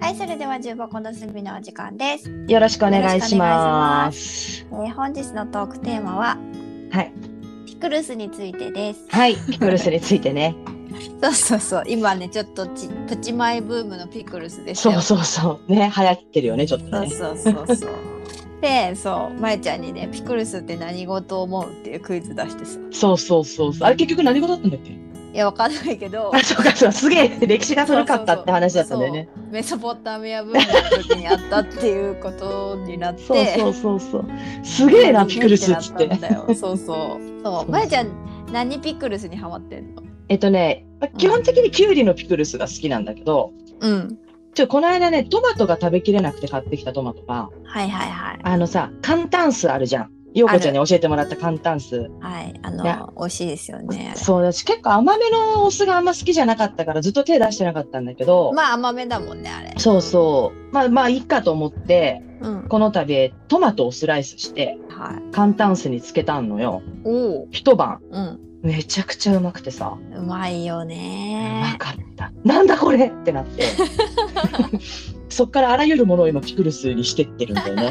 はい、それでは重箱の隅のお時間です。えよろしくお願いします。ー本日のトークテーマははい、ピクルスについてです。はい、ピクルスについてね。そうそうそう。今ね、ちょっとちプチマイブームのピクルスでしたそよ。うそうそう、ね、流行ってるよね、ちょっとそうね。そうそうそう。 で、そう、まえちゃんにね、ピクルスって何事思うっていうクイズ出してさ。そうそうそうそう、あれ結局何事だったんだっけ。いや、わかんないけど あ、。そうか、そう、すげえ、歴史が古かったって話だったんだよね。そう。メソポタミアブームの時にあったっていうことになって。そうそうそうそう、すげえな、ピクルスっつっ何ってて。なったんだよそうそう。そうそそうう。まえちゃん、何ピクルスにハマってんのえっとね、基本的にキュウリのピクルスが好きなんだけど。うん。ちょ、この間ね、トマトが食べきれなくて買ってきたトマトが、はいはいはい。あのさ、簡単数あるじゃん。ようこちゃんに教えてもらった簡単数。はい。あいやの、美味しいですよね。そうだし、結構甘めのお酢があんま好きじゃなかったから、ずっと手出してなかったんだけど。まあ甘めだもんね、あれ。そうそう。まあまあいいかと思って、うん。この度トマトをスライスして、はい。簡単酢につけたのよ。おお。一晩。うん。めちゃくちゃうまくてさ、うまいようねま。かった。なんだこれってなって。そっからあらゆるものを今ピクルスにしてってるんだよね。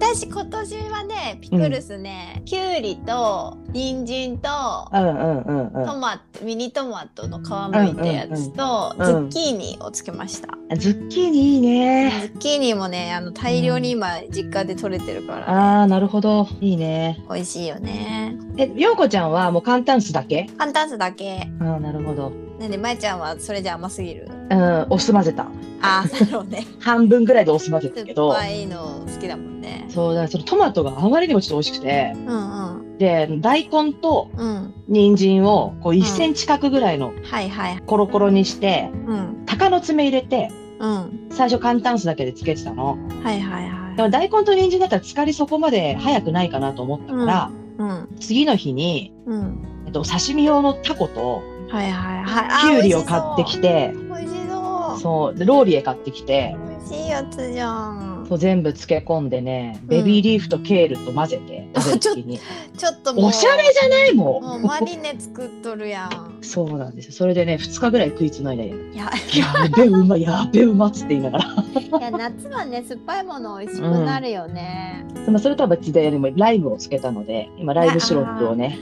私今年はね、ピクルスね、きゅうりと人参とうんうんうんうトマト、ミニトマトの皮むいたやつと、うんうんうんズッキーニをつけました。ん。ズッキーニいいね。ズッキーニもね、あの大量に今実家で取れてるから、ああ、なるほど。いいね。美味しいよね。え、ようこちゃんはもう簡単酢だけ簡単酢だけ。ああ、なるほど。なんでまえちゃんはそれじゃ甘すぎる。うん、お酢混ぜた。ああ、そうだろうね。半分ぐらいでお酢混ぜ酸たけっど。ぱいの好きだもんね。そうだ、そのトマトがあまりにもちょっと美味しくて。うんうんで大根とうん。人参をこううん1センチ角ぐらいのはいはい。コロコロにして、うん鷹の爪入れてうん。最初簡単酢だけでつけてたのはいはいではもい。大根と人参だったら疲れそこまで早くないかなと思ったから、うん次の日に、うん。えっと、刺身用のタコとはいはいはい。あきゅうりを買ってき。て美味しそう。そうでローリエ買ってきて美味しいやつじゃん。そう全部漬け込んでねベビーリーフとケールと混ぜてうん食べる時に、ちょっともう。おしゃれじゃないもんもうマリネ作っとるやん。そうなんですよそれでね2日ぐらい食いつないでいや、 「やべうまやべうま」っつって言いながら。い や夏はね、酸っぱいもの美味しくなるよね。まあ、それとは別で、でもライムをつけたので、今、ライムシロップをね、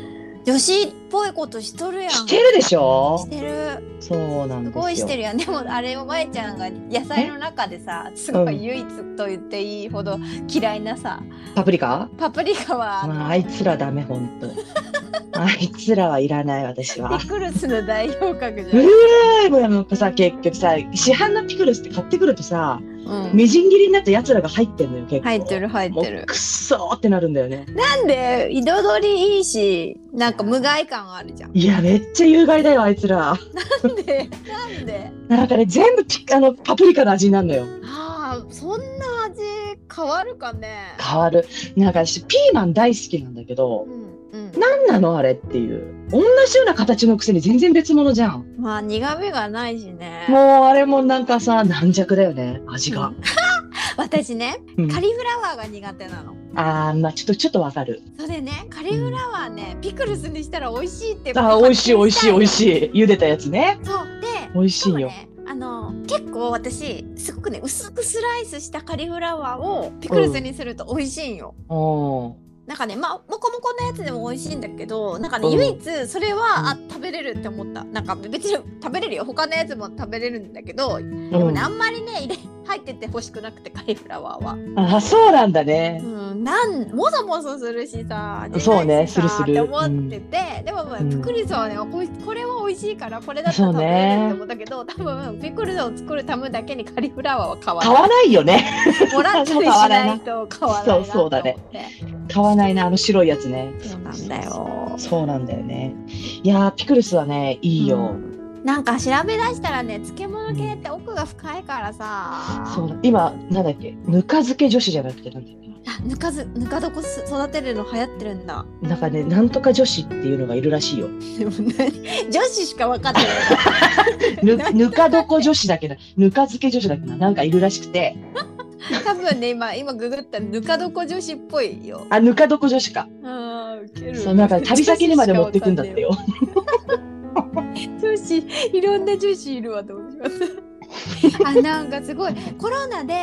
女子っぽいことしとるやん。してるでしょしてる。そうなんすですよ。ごいしてるやん。でもあれをまえちゃんが野菜の中でさ、すごい唯一と言っていいほど嫌いなさ、パプリカパプリカはあのまあ、あいつらダメ、ほんと。あいつらはいらない、私 はピ。クルスの代表格じうゃん。ーもうなんかさ、結局さ、市販のピクルスって買ってくるとさ、うん、みじん切りになったやつらが入ってんのよ、結構。入ってる入っもてるう。くっそーってなるんだよね。なんで彩りいいし、なんか無害感あるじゃん。いや、めっちゃ有害だよ、あいつら。なんでなんでなんかね、全部ピあのパプリカの味になるのよ。ああ、そんな味変わるかね。変わる。なんか私、ピーマン大好きなんだけどう、んうん。何なのあれっていう同じような形のくせに全然別物じゃんまあ苦味がないしね。もうあれもなんかさ軟弱だよね味が、私ね、うんカリフラワーが苦手なの。あーまあちょっとちょっとわかるそれね、カリフラワーね、ピクルスにしたら美味しいって。あー美味しい美味しい美味しい。しい茹でたやつねそうで、美味ししかいもよね、あの結構私すごくね薄くスライスしたカリフラワーをピクルスにすると美味しいんよ。おーなんかねまあもこもこのやつでも美味しいんだけどなんかね、うん唯一それはあ食べれるって思ったなんか別に食べれるよ他のやつも食べれるんだけどでもうんね、あんまりね入れ入ってて欲しくなくてカリフラワーは。あーそうなんだねうん、なんもそもそするしさ味ないしさそうねするするって思ってて、でも、まあうんピクルスはねこいこれは美味しいからこれだったら食べれるって思ったけど、多分ピクルスを作るためだけにカリフラワーは買わ買なわないよねいもらったりしないと買わないなと思ってそうそうだね買わないなあの白いやつねそうなんだよそうなんだよねいやーピクルスはねいいよ、うんなんか調べ出したらね漬物系って奥が深いからさ、そうだ今なんだっけぬか漬け女子じゃなくてなんだっけなあぬかずぬか床す育てるの流行ってるんだなんかねなんとか女子っていうのがいるらしいよでも何女子しか分かってない ぬぬか床女子だけど、ぬか漬け女子だけど、なんかいるらしくて、多分ね今今ググったぬか床女子っぽいよ。あ、ぬか床女子か。あーウケる。そう、なんか旅先にまで持ってくんだってよ。女子しかわかんねえわ。女子いろんな女子いるわと思います。 あなんかすごいコロナで、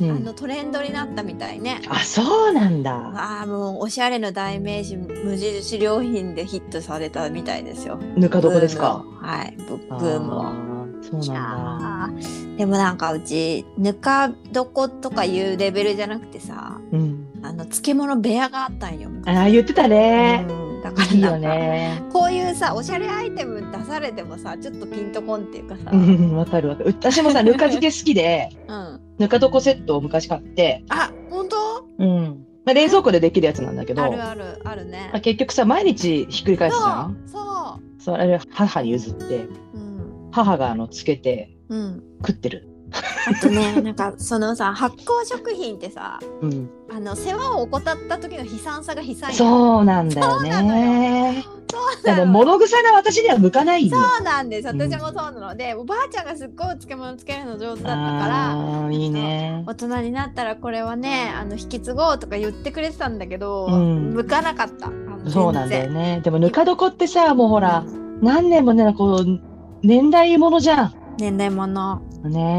うあん、のトレンドになったみたいね。あそうなんだああもうおしゃれの代名詞無印良品でヒットされたみたいですよ。ぬか床ですかブームをはいブブあームを。ーそうなんだいやーでもなんかうちぬか床とかいうレベルじゃなくてさうん、あの漬物部屋があったんよ。昔ああ言ってたね、うんだからいいなよんかねこういうさおしゃれアイテム出されてもさちょっとピンとこんっていうかさ、 ううん、んわかるわかる私もさぬか漬け好きであぬか床セットを昔買って、本当うんまあ、冷蔵庫でできるやつなんだけどあるあるあるねまあ、。結局さ毎日ひっくり返すじゃんそそれ母に譲ってうそう、うん母があのつけてうん、食ってる、あとね なんかそのさ発酵食品ってさうん、あの世話を怠った時の悲惨さが悲惨やうそうなんだよそうなのねそうでなもの物臭が私には向かないよそうなんですうん私もそうなので、おばあちゃんがすっごいお漬物つけるの上手だったからあーいいね大人になったらこれはねあの引き継ごうとか言ってくれてたんだけど、うん向かなかったあのそうなんだよ全然ねでもぬか床ってさもうほら何年もねこう年代ものじゃ年代物ん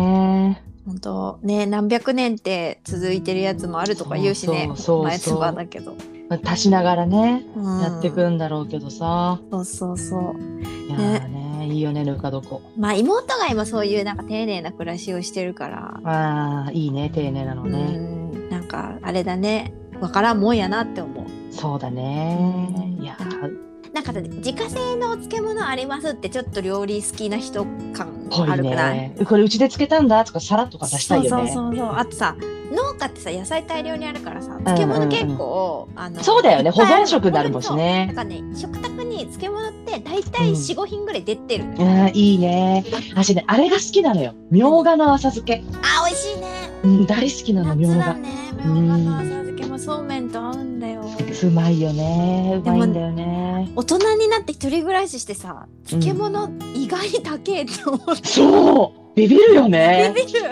ね本当ね何百年って続いてるやつもあるとか言うしねそうそうそうそう前つばだけど、え足しながらねうんやってくんだろうけどさ、そうそうそういやーねいいよねぬか床まあ妹が今そういうなんか丁寧な暮らしをしてるから、あーいいね丁寧なのうね、んなんかあれだねわからんもんやなって思うそうだねうんいやーなんかさ自家製のお漬物ありますってちょっと料理好きな人感ぽあいるくないね。これうちでつけたんだとかさらっとか出したいよそうね。そうそうそうそうあとさ農家ってさ野菜大量にあるからさ漬物結構、あのだよいね。っ保ぱいあ存る食になるもんしなんね。かね食卓に漬物って大体うん45、品ぐらい出てるのようん、いいね。私ね、あれが好きなのよ。みょうがの浅漬け。あ美味しいねうん、大好きなの、みょう夏だが。ねみょうがの浅漬けもそうめんと合うんだようまいよね。うでもまいんだよね。大人になって一人暮らししてさ漬物意外に高えって思って、そうビビるよね。ビビる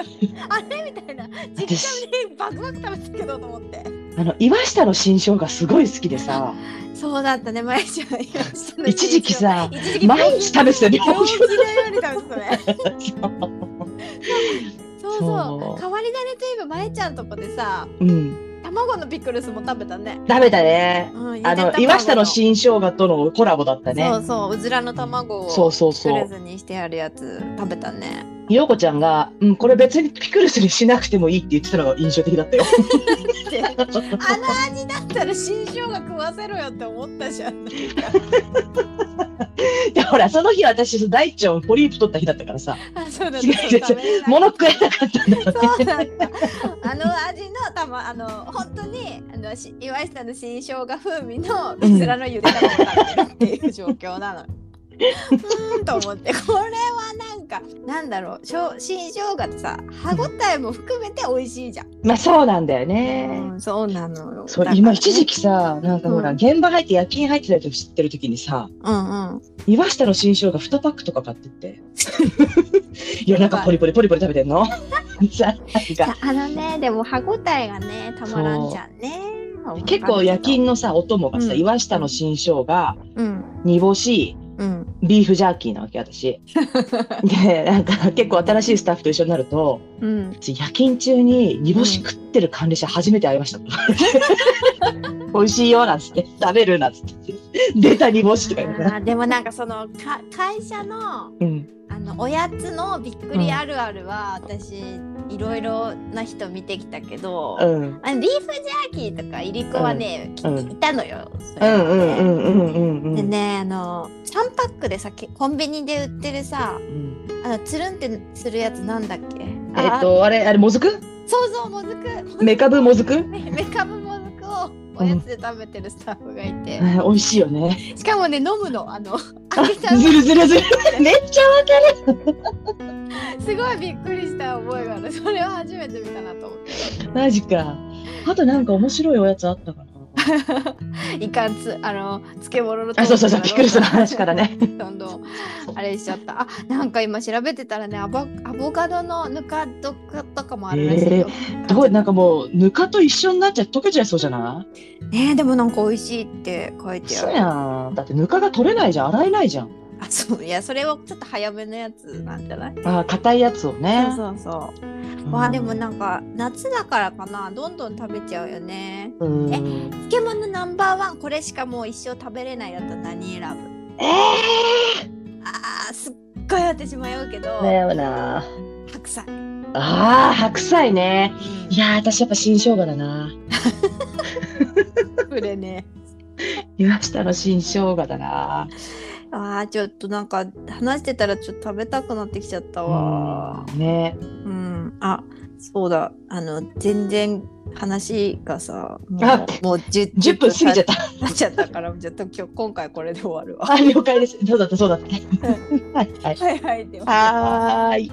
あれみたいな実家でバクバク食べてたけどと思ってあの、岩下の新生姜すごい好きでさ、そうだったね毎日は言いましたね一時期さ、一時期毎日食べてたよ病気のように食べてたね そうそそうう変わり種といえばまえちゃんとこでさうん。卵のピクルスも食べたね、食べたね。うん、あゆでの、卵岩下の新生姜とのコラボだったねそ。うそううずらの卵をそうそうピクそルう。スにしてあるやつ食べたね陽子ちゃんが、うん、これ別にピクルスにしなくてもいいって言ってたのが印象的だ ったよ。ってあの味だったら新生姜食わせろよって思ったじゃん で、ほら、その日私、その大腸ポリープ取った日だったからさ、あそうだ違う違う違う物食えなかったんだよね。そうだったあの味のたまあの本当にあのし岩下の新生姜風味のうずらのゆで卵を食べてるっていう状況なの。うーんと思ってこれはなんかなんだろうしょう新生姜ってさ歯ごたえも含めて美味しいじゃん。 まあそうなんだよね。うん、そうなのよ。そうだからね今一時期さ、なんかほら、うん現場入って夜勤入ってたりとか知ってる時にさ、うんうん。岩下の新生姜2パックとか買って って。いや、なんかポリポリポリポリ食べてん のさなんかあのねでも歯ごたえがねたまらんじゃんね。結構夜勤のさ、お供がさ、うん岩下の新生姜、うん煮干し、うんビーフジャーキーなわけ私 でなんか結構新しいスタッフと一緒になるとうん。夜勤中に煮干し食ってる管理者初めて会いました、美味しいよなんつって食べるなんつって出た煮干しとか言ってあーでもなんかそのか会社のうんあのおやつのびっくりあるあるは、私いろいろな人見てきたけど、うんあのビーフジャーキーとかいりこはね、きうんいたのよ。それうはんねうんうんうんうんでうんねあの3パックでさけコンビニで売ってるさうんあのつるんってするやつなんだっけえっあとあれあれもずくそうそうもずくメカブもずくメメカブもずくをおやつで食べてるスタッフがいてえ、ー美味しいよねしかもね飲むのあの開けた ずるずるずる めっちゃわかるすごいびっくりした覚えがあるそれは初めて見たなと思ってマジかあとなんか面白いおやつあったかないかんつあの漬物のあそうそうそうピクルスの話から ねどんどんあれしちゃったあなんか今調べてたらねアボアボカドのぬか床とかもあるらしいよ、すごいなんかもうぬかと一緒になっちゃ溶けちゃいそうじゃないねえでもなんか美味しいって書いてそうあるやんだってぬかが取れないじゃん洗えないじゃんあそういやそれをちょっと早めのやつなんじゃないああ、硬いやつをね。そうそうそううわあでもなんか夏だからかなどんどん食べちゃうよねうん。漬物ナンバーワンこれしかもう一生食べれないだったら何選ぶええあーすっごい私迷うけど、ー。だよな。白菜、ああ、白菜ね。いやー、私やっぱ新生姜だな。これね 岩下の新生姜だな。あーちょっとなんか話してたらちょっと食べたくなってきちゃったわうんね。うんあそうだあの全然話がさもあうもう 10, 10分過ぎちゃった。なっちゃったからじゃあ今日今回これで終わるわ あ、了解です。そうだった、そうだった。はい、はい。はいはいでははーい。